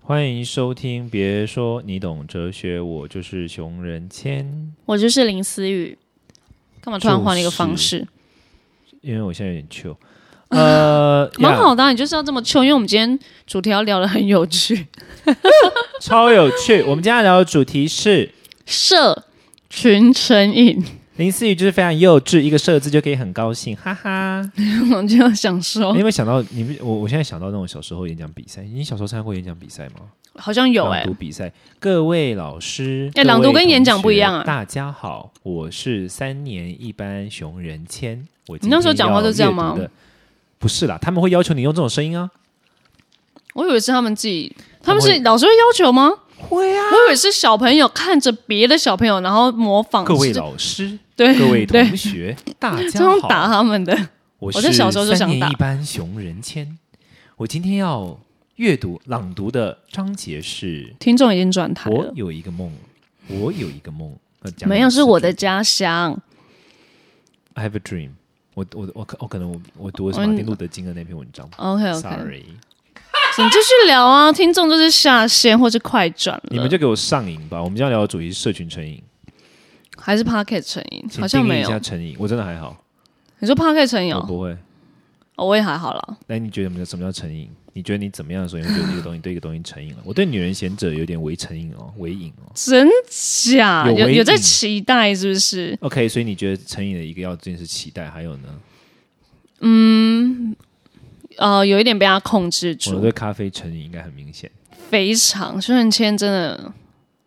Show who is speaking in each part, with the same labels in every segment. Speaker 1: 欢迎收听，别说你懂哲学，我就是熊仁谦。
Speaker 2: 我就是林思雨。干嘛突然换了一个方式？
Speaker 1: 因为我现在有点糗，呃，
Speaker 2: 蛮
Speaker 1: 呀
Speaker 2: 好的啊、你就是要这么臭，因为我们今天主题要聊的很有趣，
Speaker 1: 超有趣。我们今天要聊的主题是
Speaker 2: 社群成瘾，
Speaker 1: 林思雨，就是非常幼稚，一个“社”字就可以很高兴，哈哈。
Speaker 2: 我就想说
Speaker 1: 你有没，有想到你们？我我现在想到那种小时候演讲比赛，你小时候参加过演讲比赛吗？
Speaker 2: 好像有哎、
Speaker 1: 朗读比赛，各位老师，各
Speaker 2: 哎
Speaker 1: 位
Speaker 2: 朗读跟
Speaker 1: 同
Speaker 2: 演讲不一
Speaker 1: 学
Speaker 2: 样啊
Speaker 1: 大家好，我是三年一班熊仁谦。我
Speaker 2: 你那时候讲话
Speaker 1: 都
Speaker 2: 都这样吗
Speaker 1: 不是啦，他们会要求你用这种声音啊。
Speaker 2: 我以为是他们自己，
Speaker 1: 他
Speaker 2: 他
Speaker 1: 们
Speaker 2: 们
Speaker 1: 会
Speaker 2: 是老师会要求吗？
Speaker 1: 会啊，
Speaker 2: 我以为是小朋友看着别的小朋友，然后模仿
Speaker 1: 各位
Speaker 2: 是
Speaker 1: 老师，
Speaker 2: 对
Speaker 1: 各位
Speaker 2: 对，
Speaker 1: 同学，大
Speaker 2: 这
Speaker 1: 家
Speaker 2: 种
Speaker 1: 好。
Speaker 2: 打他们的，
Speaker 1: 我
Speaker 2: 我在
Speaker 1: 是
Speaker 2: 小时候就
Speaker 1: 三
Speaker 2: 想
Speaker 1: 年
Speaker 2: 打
Speaker 1: 一班熊仁谦。我今天要阅读朗读的章节是：
Speaker 2: 听众已经转台
Speaker 1: 我
Speaker 2: 了，
Speaker 1: 有一个梦，我有一个梦。呃讲
Speaker 2: 没
Speaker 1: 两
Speaker 2: 有
Speaker 1: 次
Speaker 2: 是我
Speaker 1: 就
Speaker 2: 的家乡，
Speaker 1: I have a dream 我。我我可我可能我我读的是
Speaker 2: 哦
Speaker 1: 马
Speaker 2: 你
Speaker 1: 丁路德金的那篇文章。
Speaker 2: OK OK，
Speaker 1: Sorry，
Speaker 2: 你继续聊啊，听众就是下线或是快转了，
Speaker 1: 你们就给我上瘾吧。我们今天聊的主题是社群成瘾，
Speaker 2: 还是 Pocket 成瘾，
Speaker 1: 请
Speaker 2: 好像
Speaker 1: 定义
Speaker 2: 没
Speaker 1: 一下
Speaker 2: 有。
Speaker 1: 成瘾。我真的还好，
Speaker 2: 你说 Pocket 成瘾
Speaker 1: 我
Speaker 2: 哦，
Speaker 1: 不会。
Speaker 2: 哦我也还好啦。
Speaker 1: 那你觉得什么叫什么叫成瘾？你觉得你怎么样的时候，你会觉得一个东西对一个东西成瘾了？我对女人贤者有点微成瘾哦，微瘾哦。
Speaker 2: 真假？
Speaker 1: 有
Speaker 2: 有
Speaker 1: 微
Speaker 2: 有在
Speaker 1: 影
Speaker 2: 期待是不是？
Speaker 1: OK，所以你觉得成瘾的一个要件是期待，还有呢，
Speaker 2: 呃，有一点被他控制
Speaker 1: 我
Speaker 2: 住
Speaker 1: 对，咖啡成瘾应该很明显。
Speaker 2: 非常。孙仁谦真的，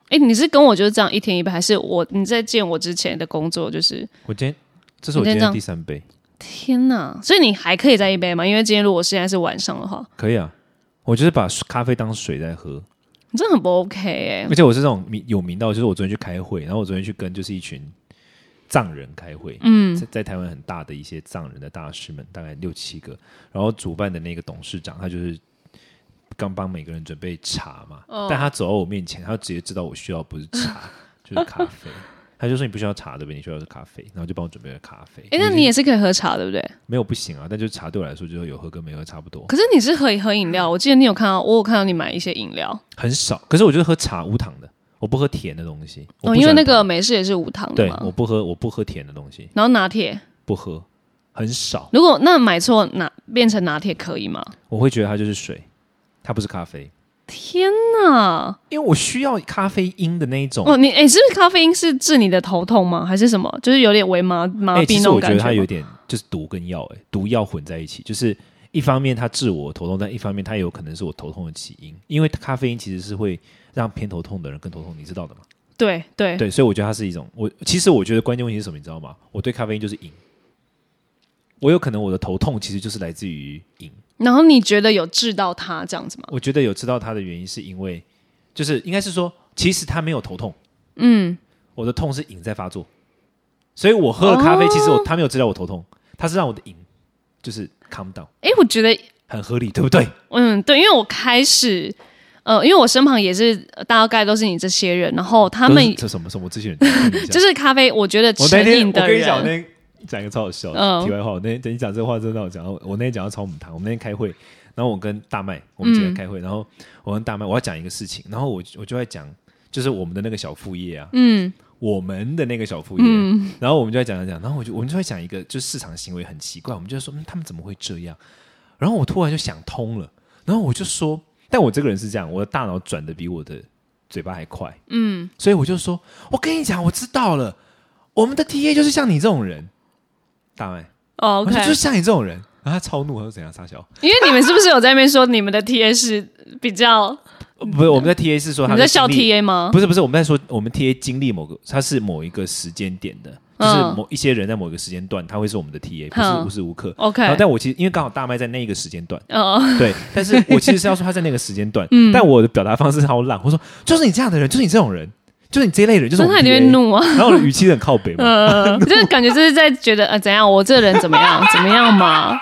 Speaker 2: 哎、你是跟我就是这样一天一杯，还是我你在见我之前的工作就是？
Speaker 1: 我今天，这是我
Speaker 2: 你
Speaker 1: 今天
Speaker 2: 先这
Speaker 1: 的
Speaker 2: 样
Speaker 1: 第三杯，
Speaker 2: 天哪！所以你还可以再一杯吗？因为今天如果现在是晚上的话，
Speaker 1: 可以啊。我就是把咖啡当水在喝，
Speaker 2: 你真的很不 OK 哎、
Speaker 1: 而且我是这种名有名到，就是我昨天去开会，然后我昨天去跟就是一群藏人开会，嗯，在在台湾很大的一些藏人的大师们，大概六七个，然后主办的那个董事长他就是刚帮每个人准备茶嘛，
Speaker 2: 哦
Speaker 1: 但他走到我面前，他就直接知道我需要不是茶就是咖 啡，他就说你不需要茶对不对？你需要的是咖啡，然后就帮我准备了咖啡。
Speaker 2: 哎、那
Speaker 1: 我已
Speaker 2: 你
Speaker 1: 经
Speaker 2: 也是可以喝茶对不对？
Speaker 1: 没有不行啊，但就是茶对我来说就是有喝跟没喝差不多，
Speaker 2: 可是你是可以喝饮料，我记得你有看到，我有看到你买一些饮料
Speaker 1: 很少。可是我就是喝茶无糖的，我不喝甜的东西，我
Speaker 2: 哦，
Speaker 1: 不喜
Speaker 2: 因为
Speaker 1: 欢
Speaker 2: 那
Speaker 1: 糖
Speaker 2: 个嗯美式也是无糖的
Speaker 1: 对，
Speaker 2: 嘛
Speaker 1: 我。不喝，我不喝甜的东西，
Speaker 2: 然后拿铁，
Speaker 1: 不喝，很少。
Speaker 2: 如果那买错拿变成拿铁可以吗？
Speaker 1: 我会觉得它就是水，它不是咖啡，
Speaker 2: 天哪！
Speaker 1: 因为我需要咖啡因的那一种。
Speaker 2: 哦，你哎、诶是不是咖啡因是治你的头痛吗？还是什么？就是有点微麻麻
Speaker 1: 哎、
Speaker 2: 痹
Speaker 1: 其
Speaker 2: 那
Speaker 1: 实
Speaker 2: 种
Speaker 1: 我觉
Speaker 2: 感
Speaker 1: 得
Speaker 2: 觉吗。
Speaker 1: 它有点就是毒跟药，哎，毒药混在一起，就是一方面它治我头痛，但一方面它有可能是我头痛的起因，因为咖啡因其实是会让偏头痛的人更头痛，你知道的吗？
Speaker 2: 对对
Speaker 1: 对，所以我觉得它是一种，我其实我觉得关键问题是什么，你知道吗？我对咖啡因就是瘾，我有可能我的头痛其实就是来自于瘾。
Speaker 2: 然后你觉得有治到它这样子吗？
Speaker 1: 我觉得有知道他的原因，是因为就是应该是说，其实他没有头痛，
Speaker 2: 嗯，
Speaker 1: 我的痛是瘾在发作，所以我喝了咖啡，其实
Speaker 2: 哦
Speaker 1: 我他没有知道我头痛，他是让我的瘾就是 calm down，
Speaker 2: 哎、我觉得，
Speaker 1: 很合理，对不对？
Speaker 2: 嗯，对，因为我开始，呃，因为我身旁也是大概都是你这些人，然后他
Speaker 1: 都是
Speaker 2: 们
Speaker 1: 这什么什么这些 人，就
Speaker 2: 就是咖啡，我觉得
Speaker 1: 我
Speaker 2: 成
Speaker 1: 那天
Speaker 2: 瘾
Speaker 1: 我
Speaker 2: 的
Speaker 1: 跟你讲，我那
Speaker 2: 人，
Speaker 1: 天讲一个超好笑的、
Speaker 2: 嗯
Speaker 1: 题外话，我那天等你讲这话真的让我讲到，我那天讲到超母堂，我们那天开会，然后我跟大麦我们几个
Speaker 2: 嗯
Speaker 1: 开会，然后我跟大麦我要讲一个事情，然后我我就在讲就是我们的那个小副业啊，
Speaker 2: 嗯，
Speaker 1: 我们的那个小副业，然后我们就在讲讲讲，然后我就我们就在讲一个就是市场行为很奇怪，我们就说、嗯、他们怎么会这样，然后我突然就想通了，然后我就说，但我这个人是这样，我的大脑转的比我的嘴巴还快，嗯，所以我就说，我跟你讲，我知道了，我们的 T A 就是像你这种人，大麦
Speaker 2: 哦
Speaker 1: 我
Speaker 2: ，OK，
Speaker 1: 说就是像你这种人，然后他超怒，他说怎样傻笑，
Speaker 2: 因为你们是不是有在那边说你们的 TA 是比较？
Speaker 1: 呃不是我们在 T A 是说
Speaker 2: 你
Speaker 1: 他
Speaker 2: 们在笑
Speaker 1: 经历
Speaker 2: TA 吗？
Speaker 1: 不是不是，我们在说我们 TA 经历某个，它是某一个时间点的，就是
Speaker 2: 嗯
Speaker 1: 某一些人在某一个时间段，他会是我们的 TA，不
Speaker 2: 嗯
Speaker 1: 是无时无刻。
Speaker 2: OK
Speaker 1: 然后但我其实因为刚好大麦在那一个时间段，
Speaker 2: 哦，
Speaker 1: 对， 但是我其实是要说他在那个时间段，
Speaker 2: 嗯
Speaker 1: 但我的表达方式超烂，我说就是你这样的人，就是你这种人，就是你这一类人，就是
Speaker 2: 那
Speaker 1: 我们
Speaker 2: 他一
Speaker 1: TA。
Speaker 2: 定会怒嗯啊。
Speaker 1: 然后我的语气很靠 北嘛，
Speaker 2: 呃，就是感觉就是在觉得呃怎样，我这人怎么样怎么样嘛。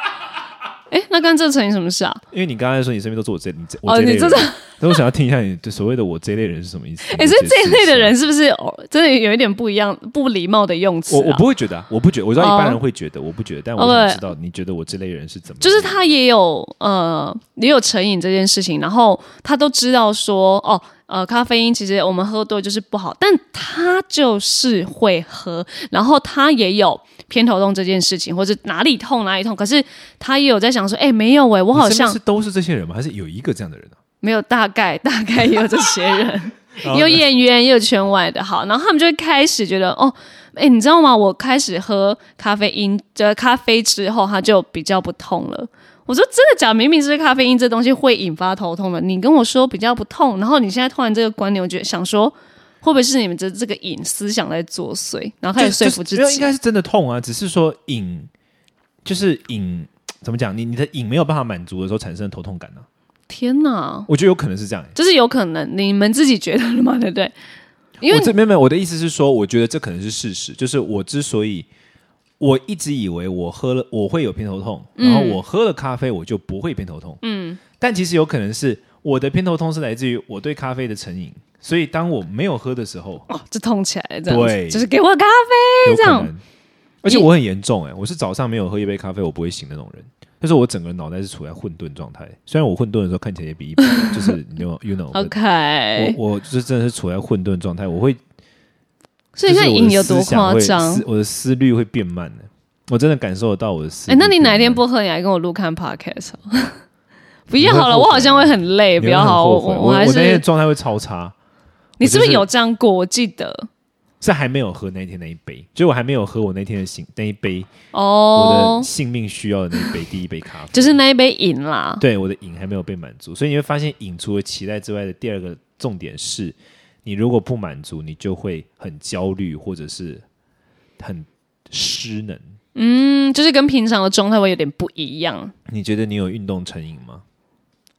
Speaker 2: 哎、那跟这成语什么事啊？
Speaker 1: 因为你刚才说你身边都是我这你这我
Speaker 2: 哦
Speaker 1: 这类
Speaker 2: 你
Speaker 1: 人
Speaker 2: 真的，
Speaker 1: 但我想要听一下你对所谓的我这类人是什么意思？
Speaker 2: 哎、所
Speaker 1: 我
Speaker 2: 以这一
Speaker 1: 解释
Speaker 2: 类的
Speaker 1: 下
Speaker 2: 人是不是哦，真的有一点不一样、不礼貌的用词、啊？
Speaker 1: 我我不会觉得、啊，我不觉得，我知道一般人
Speaker 2: 哦
Speaker 1: 会觉得，我不觉得，但我
Speaker 2: 哦对
Speaker 1: 想知道你觉得我这类人是怎么，
Speaker 2: 就是，他也有呃也有成瘾这件事情，然后他都知道说哦呃咖啡因其实我们喝多就是不好，但他就是会喝，然后他也有偏头痛这件事情，或者哪里痛哪里痛，可是他也有在想说，哎、没有哎、我
Speaker 1: 我
Speaker 2: 好像
Speaker 1: 是都是这些人吗？还是有一个这样的人啊？
Speaker 2: 没有，大概大概也有这些人。
Speaker 1: 然后
Speaker 2: 有
Speaker 1: 呢
Speaker 2: 演员，也有圈外的，好，然后他们就会开始觉得，哦，哎，你知道吗？我开始喝咖啡因，这咖啡之后，它就比较不痛了。我说真的假的？明明是咖啡因这东西会引发头痛的，你跟我说比较不痛，然后你现在突然这个观念，我觉得想说，会不会是你们这这个瘾思想在作祟，然后开
Speaker 1: 就
Speaker 2: 始说服
Speaker 1: 就是
Speaker 2: 自
Speaker 1: 没有应
Speaker 2: 己？
Speaker 1: 该是真的痛啊，只是说瘾，就是瘾。怎么讲？你你的瘾没有办法满足的时候产生的头痛感呢、
Speaker 2: 天哪，
Speaker 1: 我觉得有可能是这样、欸。
Speaker 2: 就是有可能你们自己觉得了嘛，对不 对？因为
Speaker 1: 我这没有没有，我的意思是说，我觉得这可能是事实。就是我之所以我一直以为我喝了我会有偏头痛，
Speaker 2: 嗯
Speaker 1: 然后我喝了咖啡我就不会偏头痛。
Speaker 2: 嗯，
Speaker 1: 但其实有可能是我的偏头痛是来自于我对咖啡的成瘾，所以当我没有喝的时候，
Speaker 2: 哦，这痛起来这样子，
Speaker 1: 对
Speaker 2: 就是给我咖
Speaker 1: 有可
Speaker 2: 哎这样
Speaker 1: 能。而且我很严重哎、我是早上没有喝一杯咖啡我不会醒那种人，就是我整个脑袋是处在混沌状态。虽然我混沌的时候看起来也比一般， 就是你 know you know，
Speaker 2: 啡，OK。
Speaker 1: 我我就是真的是处在混沌状态，我会
Speaker 2: 所以你看
Speaker 1: 就是我
Speaker 2: 瘾
Speaker 1: 的
Speaker 2: 有
Speaker 1: 思
Speaker 2: 多
Speaker 1: 想
Speaker 2: 夸
Speaker 1: 会
Speaker 2: 张
Speaker 1: 思？我的思虑会变慢的。我真的感受得到我的思
Speaker 2: 哎、
Speaker 1: 虑变
Speaker 2: 那
Speaker 1: 慢。
Speaker 2: 你哪一天不喝，你来跟我录看 podcast？哦 不要
Speaker 1: 你会
Speaker 2: 好了，
Speaker 1: 后悔
Speaker 2: 我好像会很累，
Speaker 1: 你
Speaker 2: 不
Speaker 1: 会
Speaker 2: 要
Speaker 1: 很
Speaker 2: 好，
Speaker 1: 后悔
Speaker 2: 我
Speaker 1: 我
Speaker 2: 还
Speaker 1: 我那天的
Speaker 2: 是
Speaker 1: 状态会超差，
Speaker 2: 你是
Speaker 1: 我
Speaker 2: 不
Speaker 1: 就是是
Speaker 2: 有这样过？我记得
Speaker 1: 是还没有喝那一天那一杯，就我还没有喝我那天的醒那一杯、我
Speaker 2: 哦
Speaker 1: 的，性命需要的那一杯第一杯咖啡，
Speaker 2: 就是那一杯瘾啦。
Speaker 1: 对我的瘾还没有被满足，所以你会发现瘾除了期待之外的第二个重点是，你如果不满足，你就会很焦虑或者是很失能。
Speaker 2: 嗯，就是跟平常的状态会有点不一样。
Speaker 1: 你觉得你有运动成瘾吗？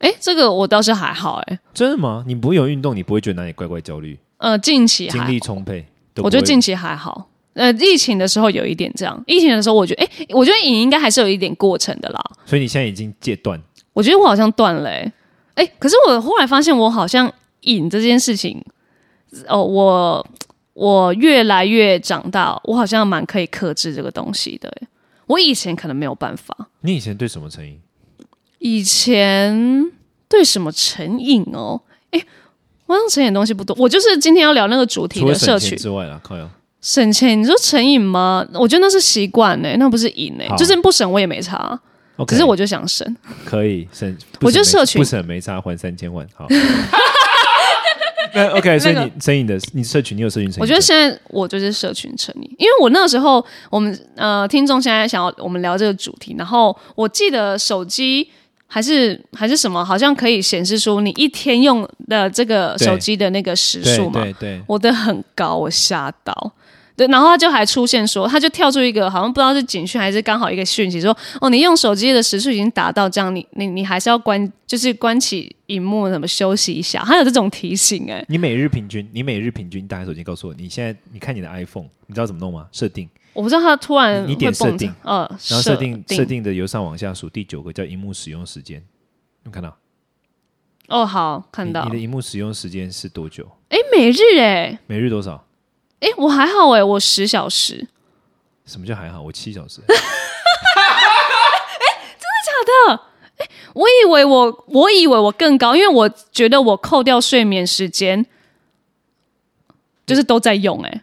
Speaker 2: 哎、这个我倒是还好、哎，
Speaker 1: 真的吗？你不有运动，你不会觉得哪里怪怪焦虑，
Speaker 2: 呃，近期
Speaker 1: 精
Speaker 2: 还
Speaker 1: 力，充沛。都不
Speaker 2: 我觉得
Speaker 1: 会
Speaker 2: 近期还好。呃，疫情的时候有一点这样，疫情的时候我觉得，哎、我觉得瘾应该还是有一点过程的啦。
Speaker 1: 所以你现在已经戒断，
Speaker 2: 我觉得我好像断了、欸，哎、可是我忽然发现，我好像瘾这件事情，哦，我我越来越长大，我好像蛮可以克制这个东西的、欸。我以前可能没有办法，
Speaker 1: 你以前对什么成瘾？
Speaker 2: 以前对什么成瘾哦，哎、我好像成瘾的东西不多。我就是今天要聊那个主题
Speaker 1: 除
Speaker 2: 的
Speaker 1: 了省
Speaker 2: 社群
Speaker 1: 钱之外啦，啊靠呀，
Speaker 2: 省钱，你说成瘾吗？我觉得那是习惯呢，那不是瘾呢、
Speaker 1: 好
Speaker 2: 就是不省我也没差，
Speaker 1: o
Speaker 2: 只是我就想省。
Speaker 1: 可以省，
Speaker 2: 我觉
Speaker 1: 不省没
Speaker 2: 得社群
Speaker 1: 不省没差，还三千万 好。那 OK，所以
Speaker 2: 那
Speaker 1: 你成瘾的，你社群你有社群成瘾？
Speaker 2: 我觉得现在我就是社群成瘾，因为我那个时候，我们呃听众现在想要我们聊这个主题，然后我记得手机还是还是什么，好像可以显示出你一天用的这个
Speaker 1: 对
Speaker 2: 手机的那个时
Speaker 1: 对
Speaker 2: 数嘛，
Speaker 1: 对对，
Speaker 2: 我的很高，我吓到。对，然后他就还出现说，他就跳出一个好像不知道是警讯还是刚好一个讯息说，哦，你用手机的时数已经达到这样，你你你还是要关，就是关起荧幕，什么休息一下，他有这种提醒哎、
Speaker 1: 你每日平均，你每日平均，你打开手机告诉我，你现在你看你的 iPhone，你知道怎么弄吗？设定，
Speaker 2: 我不知道他突然
Speaker 1: 你你点
Speaker 2: 会蹦
Speaker 1: 设定
Speaker 2: 呃，
Speaker 1: 然后设定
Speaker 2: 定
Speaker 1: 设定的由上往下数，第九个叫荧幕使用时间，你有看到？
Speaker 2: 哦，好看到
Speaker 1: 你，你的荧幕使用时间是多久？
Speaker 2: 哎，每日哎，
Speaker 1: 每日多少？
Speaker 2: 哎，我还好哎，我十小时，
Speaker 1: 什么叫还好？我七小时，
Speaker 2: 我以为我我以为我更高，因为我觉得我扣掉睡眠时间，就是都在用哎。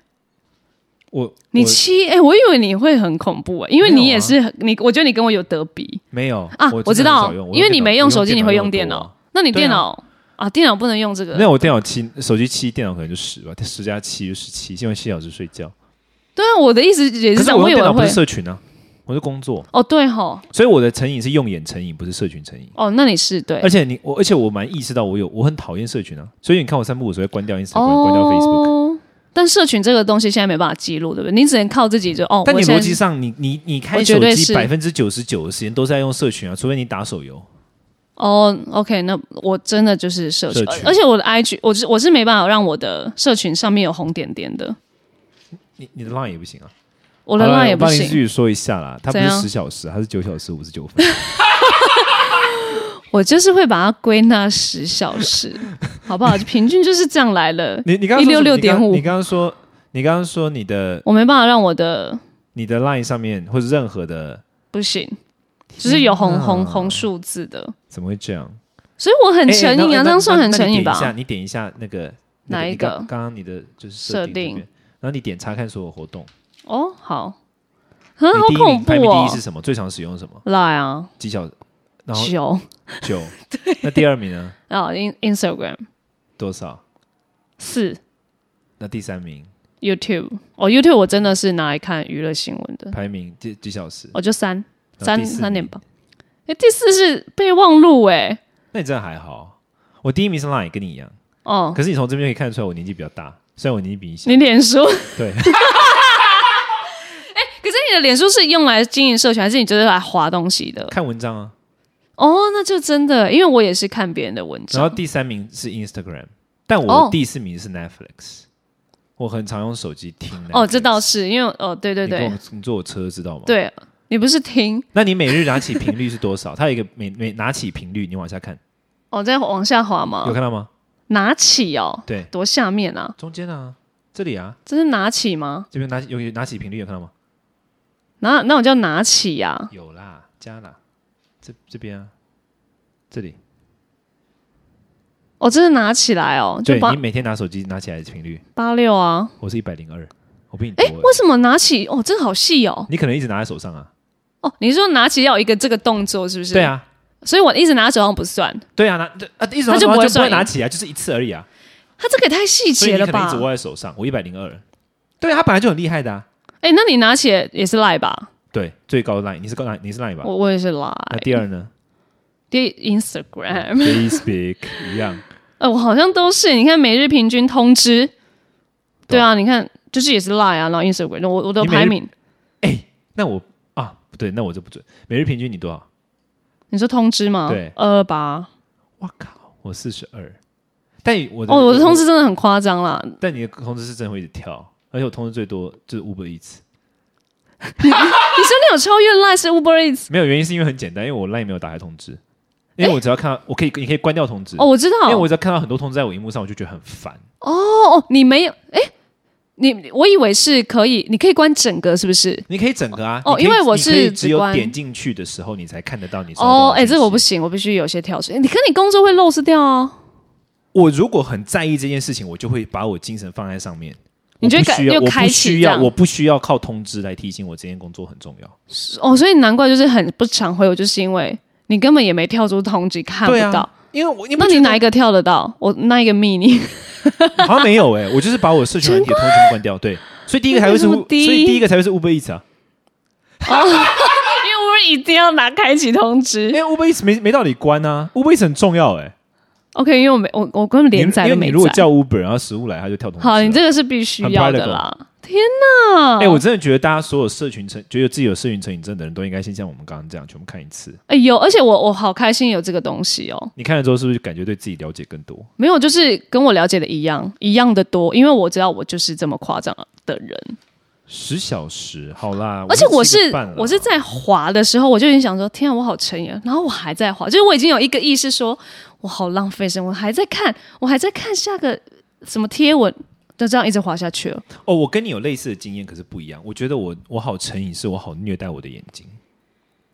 Speaker 1: 我
Speaker 2: 你
Speaker 1: 我
Speaker 2: 七哎，我以为你会很恐怖哎，因为
Speaker 1: 没有
Speaker 2: 你也
Speaker 1: 啊
Speaker 2: 是、你，我觉得你跟我有得比
Speaker 1: 没有
Speaker 2: 啊，
Speaker 1: 我
Speaker 2: 知
Speaker 1: 真的很
Speaker 2: 道
Speaker 1: 少用，我
Speaker 2: 因为你
Speaker 1: 电脑
Speaker 2: 没
Speaker 1: 我用
Speaker 2: 手机，你会用
Speaker 1: 电
Speaker 2: 电
Speaker 1: 脑用
Speaker 2: 脑，那你
Speaker 1: 对啊
Speaker 2: 电脑啊电脑不能用这个，
Speaker 1: 多啊。那我电脑七，手机七，电脑可能就十吧，十加七就十七，因为七小时睡觉。
Speaker 2: 对啊，我的意思也
Speaker 1: 可
Speaker 2: 是这
Speaker 1: 是
Speaker 2: 样，
Speaker 1: 我
Speaker 2: 以
Speaker 1: 用电
Speaker 2: 为
Speaker 1: 脑不
Speaker 2: 会
Speaker 1: 是社群啊，我是工作，
Speaker 2: 哦对吼，
Speaker 1: 所以我的成瘾是用眼成瘾，不是社群成瘾。
Speaker 2: 哦那你是对
Speaker 1: 而，且你我，而且我蛮意识到我有我很讨厌社群啊，所以你看我散步，我只会关掉 Instagram，、关掉 Facebook。
Speaker 2: 哦但社群这个东西现在没办法记录，对不对？你只能靠自己就哦。
Speaker 1: 但你
Speaker 2: 我现
Speaker 1: 逻
Speaker 2: 在
Speaker 1: 辑上，你你你开
Speaker 2: 我绝
Speaker 1: 手
Speaker 2: 对
Speaker 1: 机
Speaker 2: 是
Speaker 1: 百分之九十九的时间都是在用社群啊，除非你打手游。
Speaker 2: 哦，OK，那我真的就是社群，
Speaker 1: 社群
Speaker 2: 而且我的 IG，我是我是没办法让我的社群上面有红点点的，
Speaker 1: 你你的 Line 也不行啊，
Speaker 2: 我的
Speaker 1: 好啦
Speaker 2: line 也不
Speaker 1: 我帮你
Speaker 2: 行
Speaker 1: 继。续说一下啦，它不
Speaker 2: 怎
Speaker 1: 是
Speaker 2: 样
Speaker 1: 十小时啊，它是九小时五十九分。
Speaker 2: 我就是会把它归纳十小时，好不好？平均就是这样来了。
Speaker 1: 你你刚刚说什么
Speaker 2: 166.5
Speaker 1: 你刚刚说你刚刚说你的
Speaker 2: 我没办法让我的
Speaker 1: 你的 Line 上面或者任何的
Speaker 2: 不行，就是有红
Speaker 1: 天哪
Speaker 2: 红红数字的，
Speaker 1: 怎么会这样？
Speaker 2: 所以我很成
Speaker 1: 哎哎
Speaker 2: 瘾啊，
Speaker 1: 那
Speaker 2: 这样算
Speaker 1: 那
Speaker 2: 很
Speaker 1: 那
Speaker 2: 成
Speaker 1: 你
Speaker 2: 瘾
Speaker 1: 点一下
Speaker 2: 吧？
Speaker 1: 你点一下那个
Speaker 2: 哪一
Speaker 1: 你
Speaker 2: 个
Speaker 1: 刚刚刚你的就是
Speaker 2: 设
Speaker 1: 设定这
Speaker 2: 定
Speaker 1: 边，然后你点查看所有活动。
Speaker 2: 哦，好，很好
Speaker 1: 你第一
Speaker 2: 恐
Speaker 1: 名
Speaker 2: 怖
Speaker 1: 排名第一
Speaker 2: 哦
Speaker 1: 是，什么？最常使用是什么？
Speaker 2: 来啊，哦
Speaker 1: 几小然后
Speaker 2: 九
Speaker 1: 九。 那第二名呢？
Speaker 2: 啊，In Instagram
Speaker 1: 多少？
Speaker 2: 四
Speaker 1: 那第三名
Speaker 2: YouTube 哦，YouTube 我真的是拿来看娱乐新闻的，
Speaker 1: 排名几几小时？
Speaker 2: 我就三
Speaker 1: 然后
Speaker 2: 三
Speaker 1: 第四
Speaker 2: 三点
Speaker 1: 名
Speaker 2: 八。哎，第四是备忘录哎，
Speaker 1: 那你真的还好。我第一名是 Line，跟你一样。
Speaker 2: 哦，
Speaker 1: 可是你从这边就可以看得出来，我年纪比较大。虽然我年纪比你小
Speaker 2: 你，脸书，
Speaker 1: 对，
Speaker 2: 可是你的脸书是用来经营社群，还是你就是来划东西的？
Speaker 1: 看文章啊。
Speaker 2: 哦，那就真的，因为我也是看别人的文
Speaker 1: 然后
Speaker 2: 章。
Speaker 1: 第三名是 Instagram，但
Speaker 2: 哦
Speaker 1: 我第四名是 Netflix。我很常用手机听。
Speaker 2: 哦，这倒。是，因为哦，对对
Speaker 1: 你跟
Speaker 2: 对
Speaker 1: 我你坐我车知道吗？。
Speaker 2: 对，你不是听
Speaker 1: 那你每日拿起频率是多少？它有一个每每拿起频率，你往下看，
Speaker 2: 哦，再往下滑
Speaker 1: 有
Speaker 2: 吗？
Speaker 1: 看到吗？
Speaker 2: 拿起哦，
Speaker 1: 对，
Speaker 2: 多下面啊，
Speaker 1: 中间啊，这里啊，
Speaker 2: 这是拿起吗？
Speaker 1: 这边拿有有拿起频率有看到吗？
Speaker 2: 哪那我叫拿起啊呀、
Speaker 1: 有啦，加啦，这这边啊，这里，
Speaker 2: 哦，这是拿起来哦，就
Speaker 1: 对
Speaker 2: 八
Speaker 1: 你每天拿手机拿起来的频率，
Speaker 2: 八六啊。
Speaker 1: 我是一百零二，我比你多
Speaker 2: 哎，
Speaker 1: 欸、
Speaker 2: 为什么拿起？哦，这个好细哦。
Speaker 1: 你可能一直拿在手上啊，
Speaker 2: 哦，你是说拿起要有一个这个动作是不是？
Speaker 1: 对。啊，
Speaker 2: 所以我一直拿在手上不算，
Speaker 1: 对啊，拿对啊，一直拿
Speaker 2: 它
Speaker 1: 手
Speaker 2: 就
Speaker 1: 上
Speaker 2: 不会
Speaker 1: 就不
Speaker 2: 算
Speaker 1: 会拿起来，就是一次而已啊，
Speaker 2: 他这个也太细
Speaker 1: 所以
Speaker 2: 节
Speaker 1: 你
Speaker 2: 了
Speaker 1: 可能一
Speaker 2: 吧
Speaker 1: 直？握在手上，我一百零二，对啊，他本来就很厉害的啊，
Speaker 2: 哎，那你拿起也是赖吧？
Speaker 1: 对，最高 line 你是高 line 你是 line 吧？
Speaker 2: 我我也是赖。
Speaker 1: 那第二呢
Speaker 2: 第一
Speaker 1: 哎
Speaker 2: Instagram。
Speaker 1: ？Please speak 一样，
Speaker 2: 呃，我好像都是，你看每日平均通知，对啊，你看就是也是 Line 啊，然后 Instagram，我我的
Speaker 1: 你每日
Speaker 2: 排名，
Speaker 1: 哎、那我啊不对，那我这不准，每日平均你多少？
Speaker 2: 你说通知吗？
Speaker 1: 对
Speaker 2: 二八，
Speaker 1: 我靠，我四十二，但我的
Speaker 2: 哦，我的通知真的很夸张啦，
Speaker 1: 但你的通知是真的会一直跳，而且我通知最多就是 Uber Eats，
Speaker 2: 你说你有超越 Line 是 Uber Eats？
Speaker 1: 没有原因是因为很简单，因为我 Line 没有打开通知，因为我只要看到、我可以你可以关掉通知，
Speaker 2: 哦，我知道，
Speaker 1: 因为我只要看到很多通知在我荧幕上，我就觉得很烦。
Speaker 2: 哦哦，你没有，哎，你我以为是可以，你可以关整个是不是？
Speaker 1: 你可以整个啊，
Speaker 2: 哦
Speaker 1: 你可以
Speaker 2: 因为我是
Speaker 1: 你可以只
Speaker 2: 只
Speaker 1: 有
Speaker 2: 关
Speaker 1: 点进去的时候你才看得到你收到
Speaker 2: 哦，
Speaker 1: 的
Speaker 2: 哎，这个
Speaker 1: 讯
Speaker 2: 我不
Speaker 1: 息
Speaker 2: 行，我必须有些跳水，你可你工作会漏失掉啊。
Speaker 1: 我如果很在意这件事情，我就会把我精神放在上面。
Speaker 2: 你就会
Speaker 1: 我不需要，
Speaker 2: 感又
Speaker 1: 我
Speaker 2: 开
Speaker 1: 不
Speaker 2: 启
Speaker 1: 需
Speaker 2: 这
Speaker 1: 要，
Speaker 2: 样
Speaker 1: 我不需要靠通知来提醒我这件工作很重要。
Speaker 2: 哦，所以难怪就是很不常回我，就是因为你根本也没跳出通知，看不
Speaker 1: 对啊
Speaker 2: 到。
Speaker 1: 因为我你不
Speaker 2: 那
Speaker 1: 觉
Speaker 2: 你
Speaker 1: 得
Speaker 2: 哪一个跳得到？我那一个 mini。
Speaker 1: 好像没有哎、我就是把我社群软体的通知全部关掉。对，所以第一个才会是
Speaker 2: 为什
Speaker 1: U，
Speaker 2: 么哦
Speaker 1: 所
Speaker 2: 低
Speaker 1: 以第一个才会是 Uber Eats 啊，
Speaker 2: 因为我一定要拿开启通
Speaker 1: 因
Speaker 2: 知。
Speaker 1: 为 Uber Eats 没没道理关啊，Uber Eats 很重要哎、
Speaker 2: OK，因为我没我我根本
Speaker 1: 你
Speaker 2: 连载
Speaker 1: 因
Speaker 2: 都
Speaker 1: 为
Speaker 2: 没
Speaker 1: 你如果
Speaker 2: 载。
Speaker 1: 叫啊 Uber，然后食物来，它就跳通知了。
Speaker 2: 好，你哦这个是必须要的啦。天哪！
Speaker 1: 哎、我真的觉得大家所有社群成觉得自己有社群成瘾症的人都应该先像我们刚刚这样全部看一次。
Speaker 2: 哎有，而且我我好开心有这个东西哦。
Speaker 1: 你看了之后是不是感觉对自己了解更多？
Speaker 2: 没有，就是跟我了解的一样，一样的多，因为我知道我就是这么夸张的人。
Speaker 1: 十小时，好啦，
Speaker 2: 而且我
Speaker 1: 是
Speaker 2: 是我是在滑的时候，我就已经想说，天啊，我好成瘾了。然后我还在滑，就是我已经有一个意识说，我好浪费生活，我还在看，我还在看下个什么贴文，就这样一直滑下去了。
Speaker 1: 哦，我跟你有类似的经验，可是不一样。我觉得我我好成瘾，是我好虐待我的眼睛，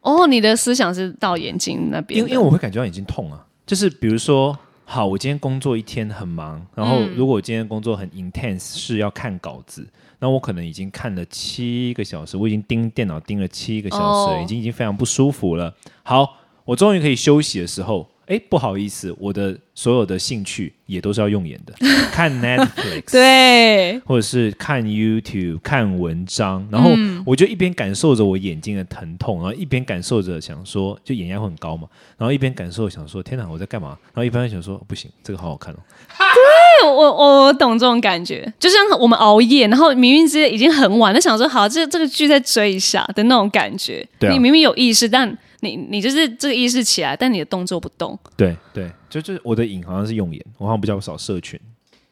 Speaker 2: 哦，你的思想是到眼睛那边
Speaker 1: 因
Speaker 2: 的，
Speaker 1: 为因为我会感觉到眼睛痛啊。就是比如说，好，我今天工作一天很忙，然后
Speaker 2: 嗯
Speaker 1: 如果我今天工作很 intense，是要看稿子，那我可能已经看了七个小时，我已经盯电脑盯了七个小时了，
Speaker 2: 哦
Speaker 1: 已经已经非常不舒服了。好，我终于可以休息的时候。哎，不好意思，我的所有的兴趣也都是要用眼 的，看 Netflix，
Speaker 2: 对，
Speaker 1: 或者是看 YouTube、看文章，然后
Speaker 2: 嗯
Speaker 1: 我就一边感受着我眼睛的疼痛，然后一边感受着想说，就眼压会很高嘛，然后一边感受想说，天哪，我在干嘛？然后一边想说，不行，这个好好看哦。
Speaker 2: 我我我懂这种感觉，就像我们熬夜，然后明明之间已经很晚，但想说好，这这个剧再追一下的那种感觉。
Speaker 1: 对啊
Speaker 2: 你明明有意识，但你你就是这个意识起来，但你的动作不动。
Speaker 1: 对对，就就是我的瘾好像是用眼，我好像比较少社群，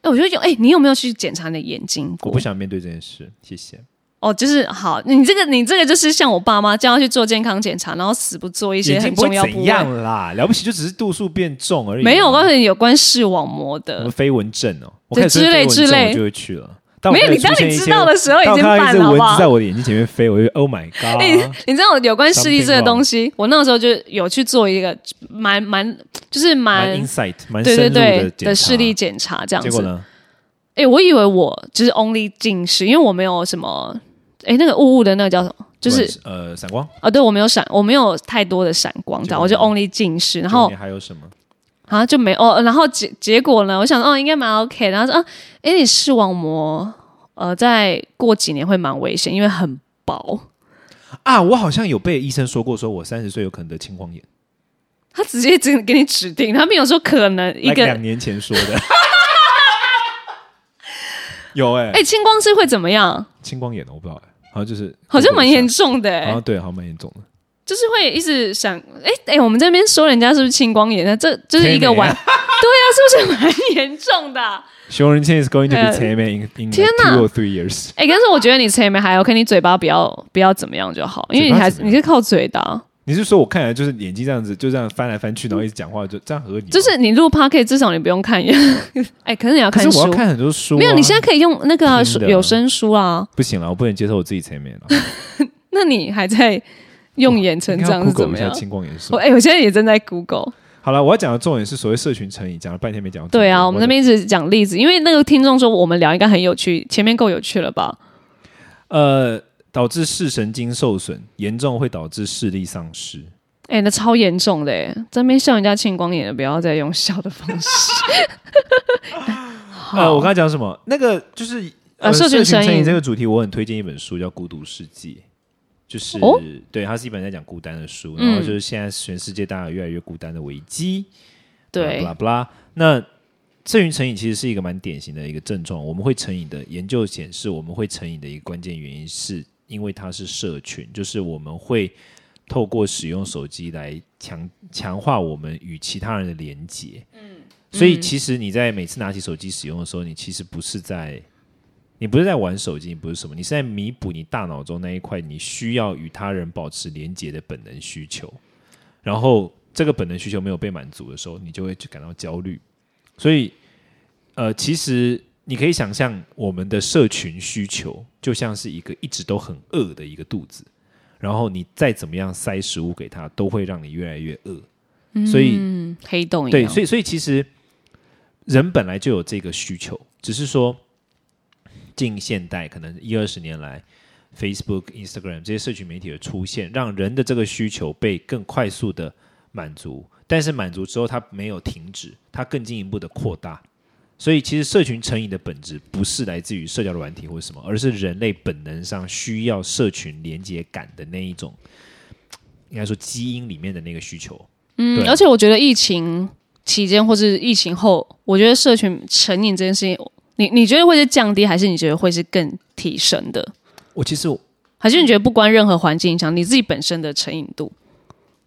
Speaker 2: 哎，我觉得有哎，你有没有去检查你的眼睛
Speaker 1: 我
Speaker 2: 过？
Speaker 1: 不想面对这件事。谢谢。
Speaker 2: 哦，就是好，你这个你这个就是像我爸妈这样去做健康检查，然后死不做一些
Speaker 1: 眼
Speaker 2: 很
Speaker 1: 睛不会
Speaker 2: 重要部
Speaker 1: 怎
Speaker 2: 位。
Speaker 1: 样啦，了不起就只是度数变重而已嘛。
Speaker 2: 没有，我告诉你，有关视网膜
Speaker 1: 什
Speaker 2: 的
Speaker 1: 么，飞蚊症哦，我
Speaker 2: 对
Speaker 1: 开始生
Speaker 2: 之类
Speaker 1: 飞蚊症
Speaker 2: 之类
Speaker 1: 我就会去了。但我
Speaker 2: 没有。
Speaker 1: 开始
Speaker 2: 你当
Speaker 1: 出现
Speaker 2: 你
Speaker 1: 一
Speaker 2: 知
Speaker 1: 些
Speaker 2: 道的时候已
Speaker 1: 当我
Speaker 2: 经
Speaker 1: 看到
Speaker 2: 办
Speaker 1: 一只
Speaker 2: 了，好
Speaker 1: 蚊
Speaker 2: 不
Speaker 1: 子在
Speaker 2: 好？
Speaker 1: 我的眼睛前面飞，我就 Oh my
Speaker 2: 哎
Speaker 1: God！
Speaker 2: 你知道有关视力这个
Speaker 1: Something wrong
Speaker 2: 东西，我那个时候就有去做一个蛮蛮，就是
Speaker 1: 蛮
Speaker 2: 蛮
Speaker 1: insight，蛮
Speaker 2: 对
Speaker 1: 深入
Speaker 2: 对对
Speaker 1: 检查
Speaker 2: 视力。检查这样
Speaker 1: 结果
Speaker 2: 子。
Speaker 1: 呢？
Speaker 2: 哎、我以为我就是 only 近视，因为我没有什么，哎、那个雾雾的那个叫什么？就是
Speaker 1: 呃，散光。
Speaker 2: 啊，对我没有闪，我没有太多的闪光
Speaker 1: 结
Speaker 2: 照，
Speaker 1: 果
Speaker 2: 我就
Speaker 1: 呢
Speaker 2: only 近视，然后
Speaker 1: 你还有什么？
Speaker 2: 好像就没哦，然后结结果呢，我想哦应该蛮 OK，然后说啊，哎你视网膜呃再过几年会蛮危险，因为很薄，
Speaker 1: 啊，我好像有被医生说过，说我三十岁有可能得青光眼，
Speaker 2: 他直接只给你指定，他没有说可能一
Speaker 1: Like
Speaker 2: 个，
Speaker 1: 两年前说 的。有哎、
Speaker 2: 哎青光是会怎么样？
Speaker 1: 青光眼哦我不知道哎、好像就是
Speaker 2: 好像蛮严
Speaker 1: 重，
Speaker 2: 重的、
Speaker 1: 好
Speaker 2: 哎
Speaker 1: 像对，好像蛮严重的。
Speaker 2: 就是会一直闪，哎哎，我们这边说人家是不是青光眼？那这就是一个
Speaker 1: 天哪
Speaker 2: 玩， 对啊，是不是蛮严重的啊、
Speaker 1: 熊仁谦 is going to
Speaker 2: 呃
Speaker 1: be tame in in
Speaker 2: 天
Speaker 1: like
Speaker 2: 哪
Speaker 1: two or three years。
Speaker 2: 哎、但是我觉得你前面还 OK，你嘴巴不要不要怎么样就好，因为你
Speaker 1: 嘴巴
Speaker 2: 还
Speaker 1: 怎
Speaker 2: 是
Speaker 1: 么
Speaker 2: 你
Speaker 1: 样
Speaker 2: 是靠嘴的、啊，
Speaker 1: 你是说我看起来就是眼睛这样子，就这样翻来翻去，然后一直讲话，就这样合理吗？
Speaker 2: 就是你录 p o c k e t 至少你不用看 眼，哎、可是你要
Speaker 1: 可
Speaker 2: 看
Speaker 1: 是我
Speaker 2: 书
Speaker 1: 要，看很多书啊、
Speaker 2: 没有，你现在可以用那个啊
Speaker 1: 听的
Speaker 2: 有声书啊，
Speaker 1: 不行了，我不能接受我自己啊前面了。
Speaker 2: 那你还在用眼成这
Speaker 1: 应该要
Speaker 2: 样是怎
Speaker 1: Google
Speaker 2: 么
Speaker 1: 一下
Speaker 2: 样？
Speaker 1: 青光眼是什
Speaker 2: 我
Speaker 1: 么。
Speaker 2: 哎、我现在也正在 Google，
Speaker 1: 好了，我要讲的重点是所谓社群成瘾，讲了半天没讲到重点。
Speaker 2: 对啊，我们
Speaker 1: 的
Speaker 2: 那边一直讲例子，因为那个听众说我们聊应该很有趣，前面够有趣了吧？
Speaker 1: 呃，导致视神经受损，严重会导致视力丧失。
Speaker 2: 哎、那超严重的哎，在那边笑人家青光眼的，不要再用笑的方式。好
Speaker 1: 呃，我刚才讲什么？那个就是
Speaker 2: 呃社群
Speaker 1: 群成
Speaker 2: 成瘾
Speaker 1: 这个主题，我很推荐一本书叫《孤独世界》，就是、
Speaker 2: 哦
Speaker 1: 对，它是一本在讲孤单的书，
Speaker 2: 嗯
Speaker 1: 然后就是现在全世界大家有越来越孤单的危机，
Speaker 2: 对
Speaker 1: 巴拉巴拉。那社群成瘾其实是一个蛮典型的一个症状，我们会成瘾的研究显示，我们会成瘾的一个关键原因是因为它是社群，就是我们会透过使用手机来强强化我们与其他人的连接。嗯，所以其实你在每次拿起手机使用的时候，你其实不是在。你不是在玩手机，你不是什么，你是在弥补你大脑中那一块你需要与他人保持连接的本能需求。然后这个本能需求没有被满足的时候，你就会感到焦虑。所以，呃，其实你可以想象，我们的社群需求就像是一个一直都很饿的一个肚子，然后你再怎么样塞食物给它，都会让你越来越饿。所以
Speaker 2: 嗯、黑洞一
Speaker 1: 对，
Speaker 2: 样，
Speaker 1: 所以所以其实人本来就有这个需求，只是说近现代可能一二十年来，Facebook、Instagram 这些社群媒体的出现，让人的这个需求被更快速的满足，但是满足之后它没有停止，它更进一步的扩大。所以，其实社群成瘾的本质不是来自于社交的软体或什么，而是人类本能上需要社群连接感的那一种，应该说基因里面的那个需求。
Speaker 2: 嗯，
Speaker 1: 对
Speaker 2: 而且我觉得疫情期间或是疫情后，我觉得社群成瘾这件事情，你你觉得会是降低，还是你觉得会是更提升的？
Speaker 1: 我其实
Speaker 2: 还是你觉得不关任何环境影响，你自己本身的成瘾度？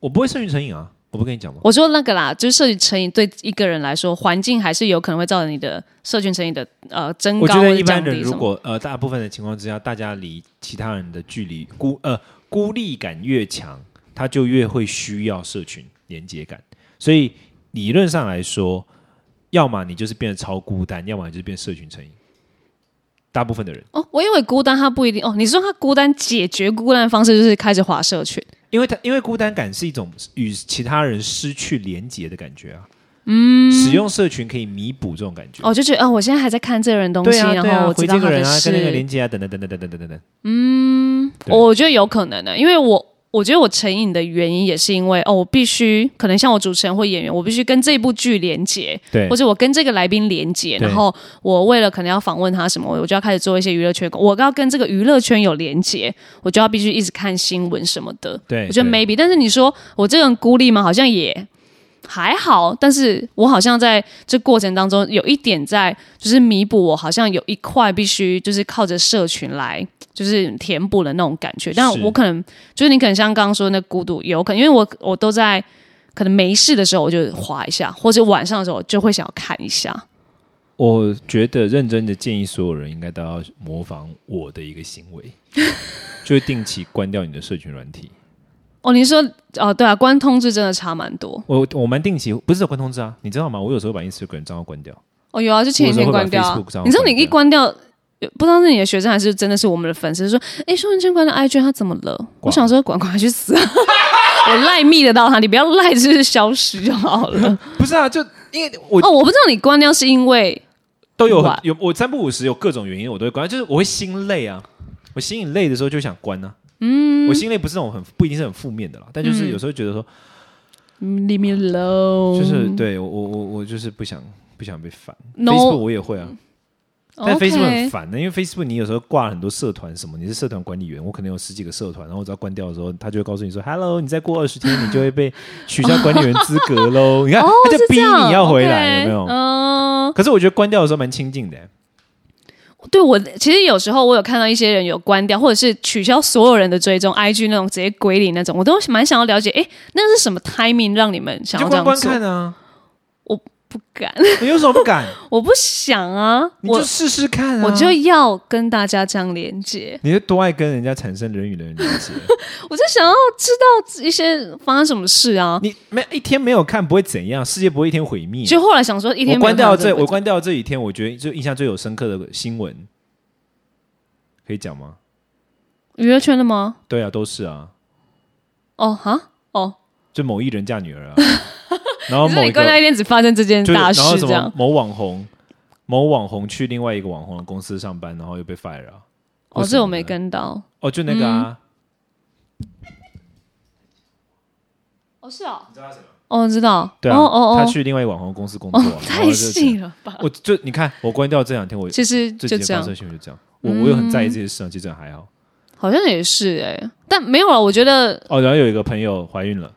Speaker 1: 我不会社群成瘾啊，我不跟你讲吗？
Speaker 2: 我说那个啦，就是社群成瘾对一个人来说，环境还是有可能会造成你的社群成瘾的呃增
Speaker 1: 我
Speaker 2: 高
Speaker 1: 觉
Speaker 2: 或
Speaker 1: 得
Speaker 2: 者
Speaker 1: 一般
Speaker 2: 降
Speaker 1: 人
Speaker 2: 低什
Speaker 1: 如
Speaker 2: 么。
Speaker 1: 果呃大部分的情况之下，大家离其他人的距离孤呃孤立感越强，他就越会需要社群连接感。所以理论上来说，要么你就是变得超孤单，要么你就是变社群成瘾。大部分的人，
Speaker 2: 哦，我以为孤单他不一定哦，你说他孤单解决孤单的方式就是开始划社群，
Speaker 1: 因为他因为孤单感是一种与其他人失去连接的感觉啊。嗯，使用社群可以弥补这种感觉。
Speaker 2: 哦，就觉得哦，我现在还在看这个人东
Speaker 1: 对
Speaker 2: 西，
Speaker 1: 啊，对
Speaker 2: 然
Speaker 1: 啊，
Speaker 2: 后我
Speaker 1: 回
Speaker 2: 知道
Speaker 1: 这
Speaker 2: 他
Speaker 1: 个
Speaker 2: 的
Speaker 1: 人啊，
Speaker 2: 事，
Speaker 1: 跟那个连接啊，等等等等等等等等等。对
Speaker 2: 我觉得有可能的，因为我我觉得我成瘾的原因也是因为哦，我必须可能像我主持人或演员，我必须跟这部剧连接，
Speaker 1: 对
Speaker 2: 或，者我跟这个来宾连接，
Speaker 1: 对
Speaker 2: 然后我为了可能要访问他什么，我就要开始做一些娱乐圈，我要跟这个娱乐圈有连接，我就要必须一直看新闻什么的。
Speaker 1: 对
Speaker 2: 我觉得
Speaker 1: 哎对
Speaker 2: maybe，但是你说我这个人孤立吗？好像也还好，但是我好像在这过程当中有一点在，就是弥补我好像有一块必须就是靠着社群来就是填补的那种感觉。但
Speaker 1: 是
Speaker 2: 我可能就是你可能像刚刚说的那孤独，有可能因为我我都在。可能没事的时候我就滑一下，或者晚上的时候我就会想要看一下。
Speaker 1: 我觉得认真的建议所有人应该都要模仿我的一个行 为，就是定期关掉你的社群软体。
Speaker 2: 哦，你说哦，对啊，关通知真的差蛮多。
Speaker 1: 我我蛮定期，不是关通知啊，你知道吗？我有时候把 Instagram 账号关掉。
Speaker 2: 哦，有啊，就前几天关掉、
Speaker 1: 我
Speaker 2: 啊
Speaker 1: 有时候会把 Facebook 账。号
Speaker 2: 你知道你一
Speaker 1: 关掉
Speaker 2: 关掉，不知道是你的学生还是真的是我们的粉丝说，哎，舒文真关掉 IG，他怎么了？我想说，管管他去死、啊！ 我赖密得到他，你不要赖，就是消失就好了。
Speaker 1: 不是啊，就因为我
Speaker 2: 哦，我不知道你关掉是因为
Speaker 1: 都有很
Speaker 2: 哇
Speaker 1: 有我三不五时有各种原因我都会关，就是我会心累啊，我心里累的时候就想关啊。嗯，我心累不是那种很不一定是很负面的啦，但就是有时候觉得说，
Speaker 2: 嗯 leave me alone，
Speaker 1: 就是对我我我我就是不想不想被烦。
Speaker 2: No
Speaker 1: Facebook 我也会啊，但
Speaker 2: OK
Speaker 1: Facebook 很烦的、因为 Facebook 你有时候挂了很多社团什么，你是社团管理员，我可能有十几个社团，然后我只要关掉的时候，他就会告诉你说，Hello，你再过二十天你就会被取消管理员资格喽。你看，
Speaker 2: 哦，
Speaker 1: 他就是逼
Speaker 2: 这样
Speaker 1: 你要回来
Speaker 2: OK，
Speaker 1: 有没有？
Speaker 2: 嗯，
Speaker 1: 可是我觉得关掉的时候蛮亲近的、欸
Speaker 2: 对我其实有时候我有看到一些人有关掉，或者是取消所有人的追踪，IG 那种直接归零那种，我都蛮想要了解，哎，那是什么 timing 让你们
Speaker 1: 你
Speaker 2: 想
Speaker 1: 就
Speaker 2: 要这
Speaker 1: 关
Speaker 2: 样
Speaker 1: 关
Speaker 2: 做？
Speaker 1: 看啊，
Speaker 2: 不敢，
Speaker 1: 你有什么不 敢？
Speaker 2: 我不想啊，
Speaker 1: 你
Speaker 2: 我
Speaker 1: 就试试看啊！
Speaker 2: 我就要跟大家这样连接，
Speaker 1: 你是多爱跟人家产生人与人的连接，
Speaker 2: 我就想要知道一些发生什么事啊。
Speaker 1: 你没一天没有看不会怎样，世界不会一天毁灭。
Speaker 2: 就后来想说，一
Speaker 1: 我
Speaker 2: 天没有
Speaker 1: 关掉
Speaker 2: 看到
Speaker 1: 这，
Speaker 2: 个
Speaker 1: 我关掉这几天，我觉得就印象最有深刻的新闻，可以讲吗？
Speaker 2: 娱乐圈的吗？
Speaker 1: 对啊，都是啊，
Speaker 2: 哦哈哦，
Speaker 1: 就某艺人嫁女 儿啊，然后
Speaker 2: 你说
Speaker 1: 哦某一
Speaker 2: 你关掉
Speaker 1: 个
Speaker 2: 一天只发生这件
Speaker 1: 就是
Speaker 2: 大
Speaker 1: 然后
Speaker 2: 事
Speaker 1: 什
Speaker 2: 这样
Speaker 1: 么？某网红，某网红去另外一个网红的公司上班，然后又被 fire 了啊。
Speaker 2: 哦，
Speaker 1: 或
Speaker 2: 这
Speaker 1: 什
Speaker 2: 我
Speaker 1: 么
Speaker 2: 没
Speaker 1: 的
Speaker 2: 跟到。
Speaker 1: 哦，就那个
Speaker 2: 嗯
Speaker 1: 啊，
Speaker 2: 哦，是哦。哦，知道。
Speaker 1: 对啊，
Speaker 2: 哦哦哦，哦
Speaker 1: 他去另外一个网红公司工 作啊，然后
Speaker 2: 太
Speaker 1: 就这样
Speaker 2: 细了吧？
Speaker 1: 我就你看，我关掉这两天，我
Speaker 2: 其实就
Speaker 1: 最近
Speaker 2: 这
Speaker 1: 的发
Speaker 2: 样嗯
Speaker 1: 射，新闻就这样。我我有很在意这些事情，其实还好。
Speaker 2: 好像也是哎、但没有了。我觉得
Speaker 1: 哦，然后有一个朋友怀孕了，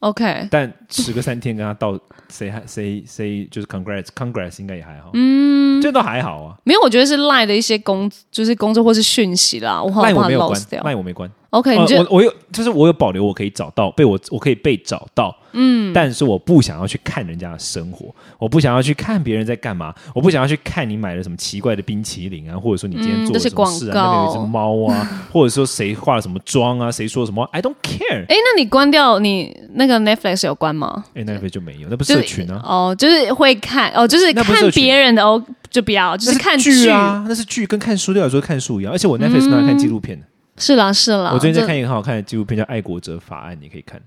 Speaker 2: OK，
Speaker 1: 但时隔三天跟她道 say hi- say say 就是 congrats congrats 应该也还好，嗯，这都还好啊。
Speaker 2: 没有，我觉得是赖的一些工，就是工作或是讯息啦，我好
Speaker 1: 赖
Speaker 2: 像
Speaker 1: 我
Speaker 2: 把它
Speaker 1: 没有关
Speaker 2: lost，掉。
Speaker 1: 赖我没关。
Speaker 2: OK，
Speaker 1: 哦
Speaker 2: 你就、
Speaker 1: 我我有就是我有保留，我可以找到被我我可以被找到，嗯，但是我不想要去看人家的生活，我不想要去看别人在干嘛，我不想要去看你买了什么奇怪的冰淇淋啊，或者说你今天
Speaker 2: 嗯
Speaker 1: 做
Speaker 2: 这
Speaker 1: 了
Speaker 2: 是
Speaker 1: 什么事啊，
Speaker 2: 广告
Speaker 1: 那边有一只猫啊，或者说谁化了什么妆啊，谁说什么，I don't care，
Speaker 2: 哎，那你关掉你那个 Netflix 有关吗？
Speaker 1: 哎，那边就没有，那不
Speaker 2: 就是是
Speaker 1: 社群啊，
Speaker 2: 哦，就是会看哦，就是
Speaker 1: 那不是
Speaker 2: 看
Speaker 1: 社群
Speaker 2: 别人的哦，就不要，就是看
Speaker 1: 那是剧啊，那是剧，跟看书对我来说看书一样，而且我 Netflix 拿来看纪录片的，
Speaker 2: 是啦是啦。
Speaker 1: 我最近在
Speaker 2: 嗯啊这，
Speaker 1: 看一个很好看的纪录片叫《爱国者法案》，你可以看，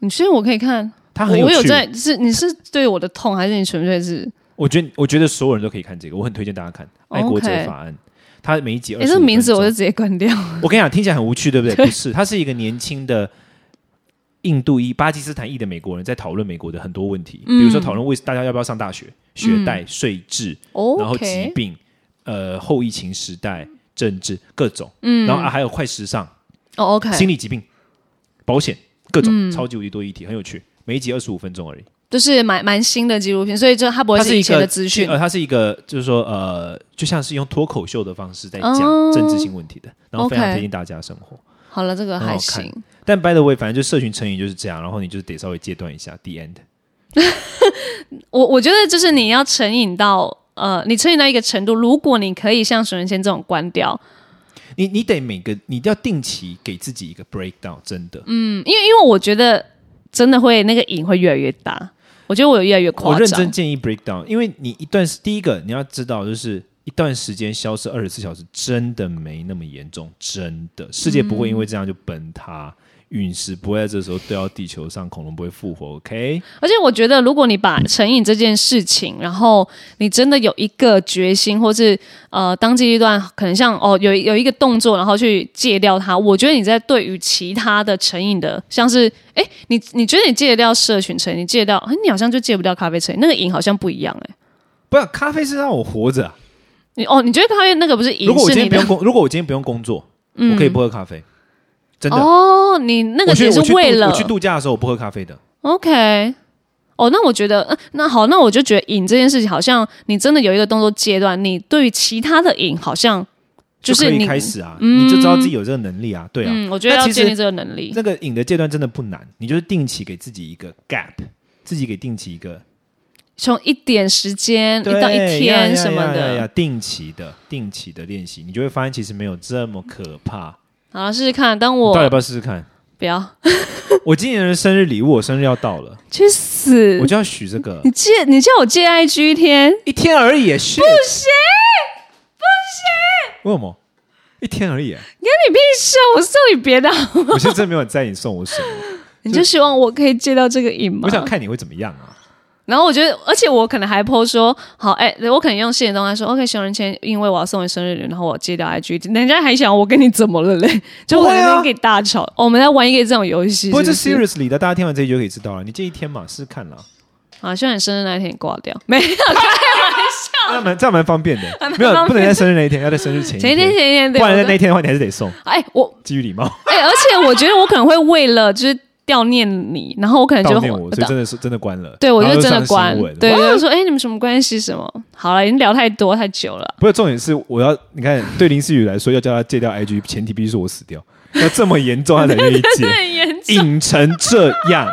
Speaker 2: 你确定我可以看？
Speaker 1: 它
Speaker 2: 我
Speaker 1: 很
Speaker 2: 我有
Speaker 1: 趣。
Speaker 2: 在，是你是对我的痛，还是你纯粹是？
Speaker 1: 我觉得我觉得所有人都可以看这个，我很推荐大家看《爱国者法案》。它每一集二
Speaker 2: 哎，
Speaker 1: 十，
Speaker 2: 这名字我就直接关 掉。
Speaker 1: 我跟你讲，听起来很无趣， 对不对？不是，他是一个年轻的印度裔、巴基斯坦裔的美国人，在讨论美国的很多问题，
Speaker 2: 嗯
Speaker 1: 比如说讨论为大家要不要上大学、学贷、税制，然后疾
Speaker 2: OK，
Speaker 1: 病、呃后疫情时代、政治各种，嗯，然后、啊、还有快时尚、
Speaker 2: 哦 OK，嗯
Speaker 1: 心理疾病、保险各种，超级无敌多议题，很有趣。每一集二十五分钟而已。
Speaker 2: 就是蛮蛮新的纪录片，所以就它不会
Speaker 1: 它
Speaker 2: 是
Speaker 1: 一
Speaker 2: 以前
Speaker 1: 个
Speaker 2: 的资讯
Speaker 1: 呃，。它是一个就是说呃，就像是用脱口秀的方式在讲
Speaker 2: 哦
Speaker 1: 政治性问题的，然后非常
Speaker 2: OK
Speaker 1: 贴近大家的生活。
Speaker 2: 好了，这个还
Speaker 1: 很好
Speaker 2: 行。
Speaker 1: 但 by the way，反正就社群成瘾就是这样，然后你就得稍微戒断一下。The end，
Speaker 2: 我我觉得就是你要成瘾到呃，你成瘾到一个程度，如果你可以像熊仁谦这种关掉，
Speaker 1: 你你得每个你一定要定期给自己一个 breakdown，真的。
Speaker 2: 嗯，因为因为我觉得真的会那个瘾会越来越大。我觉得我有越来越夸张。
Speaker 1: 哦我认真建议 breakdown，因为你一段时第一个你要知道，就是一段时间消失二十四小时，真的没那么严重，真的世界不会因为这样就崩塌，
Speaker 2: 嗯
Speaker 1: 陨石不会在这时候掉到地球上，恐龙不会复活。OK，
Speaker 2: 而且我觉得，如果你把成瘾这件事情，然后你真的有一个决心，或是呃，当机立断，可能像哦，有有一个动作，然后去戒掉它。我觉得你在对于其他的成瘾的，像是哎，你你觉得你戒得掉社群成瘾，你戒得掉，哎你好像就戒不掉咖啡成瘾，那个瘾好像不一样哎、
Speaker 1: 不要咖啡是让我活着啊、
Speaker 2: 你哦，你觉得咖啡那个不是
Speaker 1: 如
Speaker 2: 瘾，
Speaker 1: 果我
Speaker 2: 是
Speaker 1: 今
Speaker 2: 你
Speaker 1: 天不
Speaker 2: 的
Speaker 1: 用工，如果我今天不用工作，我可以不喝咖啡，真的。
Speaker 2: 嗯哦，你那个
Speaker 1: 我去
Speaker 2: 也
Speaker 1: 我去
Speaker 2: 是为
Speaker 1: 度
Speaker 2: 了
Speaker 1: 我去度假的时候，我不喝咖啡的。
Speaker 2: OK。哦，那我觉得，呃那好，那我就觉得瘾这件事情，好像你真的有一个动作阶段，你对于其他的瘾好像就是
Speaker 1: 可以
Speaker 2: 你嗯
Speaker 1: 开始啊，你就知道自己有这个能力啊，对啊。
Speaker 2: 嗯，我觉得
Speaker 1: 那
Speaker 2: 要
Speaker 1: 其实
Speaker 2: 建立这个能力。
Speaker 1: 那个瘾的阶段真的不难，你就是定期给自己一个 gap，自己给定期一个
Speaker 2: 从一点时间
Speaker 1: 对
Speaker 2: 一到一
Speaker 1: 呀呀
Speaker 2: 天什么
Speaker 1: 呀呀呀
Speaker 2: 的，
Speaker 1: 定期的、定期的练习，你就会发现其实没有这么可怕。
Speaker 2: 好了，试试看。当
Speaker 1: 你
Speaker 2: 我
Speaker 1: 到底要不要试试看？
Speaker 2: 不要
Speaker 1: 我今年的生日礼物，我生日要到了，
Speaker 2: 去死
Speaker 1: 我！就要许这个
Speaker 2: 你借你叫我借 IG 一天，
Speaker 1: 一天而已，不行，不行，为什么？一天而已，
Speaker 2: 跟你屁事啊！我送你别的好 吗，
Speaker 1: 我现在真的没有在意你送我什么，
Speaker 2: 你就希望我可以借到这个瘾吗
Speaker 1: 我？想看你会怎么样啊？
Speaker 2: 然后我觉得，而且我可能还 po 说，好，哎、我可能用现实动态说，OK，熊仁谦，因为我要送你生日礼物，然后我借掉 IG，人家还想我跟你怎么了嘞？就我
Speaker 1: 不会
Speaker 2: 在
Speaker 1: 啊
Speaker 2: 那边跟你大吵、哦我们在玩一个这种游戏
Speaker 1: 不过这
Speaker 2: 是不是
Speaker 1: seriously 的，大家听完这一集就可以知道了。你这一天嘛，试试看啦，
Speaker 2: 啊，希望你生日那一天你挂掉， 没有
Speaker 1: 这样蛮这样蛮方便的。没有，
Speaker 2: 方便
Speaker 1: 不能在生日那一天，要在生日前一
Speaker 2: 前一天前一天对，
Speaker 1: 不然在
Speaker 2: 我
Speaker 1: 那一天的话，你还是得送，
Speaker 2: 哎、我
Speaker 1: 基于礼貌
Speaker 2: 哎、而且我觉得我可能会为了就是悼念你，然后我可能
Speaker 1: 悼
Speaker 2: 就
Speaker 1: 念我，所以真的是真的关了。
Speaker 2: 对我
Speaker 1: 然后
Speaker 2: 就
Speaker 1: 就
Speaker 2: 真
Speaker 1: 上
Speaker 2: 的
Speaker 1: 新
Speaker 2: 关
Speaker 1: 闻，
Speaker 2: 对，我就说哎、你们什么关系什么？好了，已经聊太多太久了，
Speaker 1: 不是重点是，我要你看，对林思雨来说，要叫他戒掉 IG，前提必须是我死掉，要这么严重，他才愿意戒，
Speaker 2: 很严 重。
Speaker 1: 瘾成这样。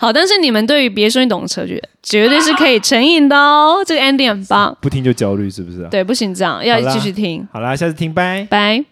Speaker 2: 好，但是你们对于别说你懂哲学，绝对是可以成瘾的哦。这个 ending 很棒，
Speaker 1: 不听就焦虑，是不是啊？
Speaker 2: 对，不行这样，要
Speaker 1: 好啦
Speaker 2: 继续听，
Speaker 1: 好啦，下次听，拜。
Speaker 2: 拜。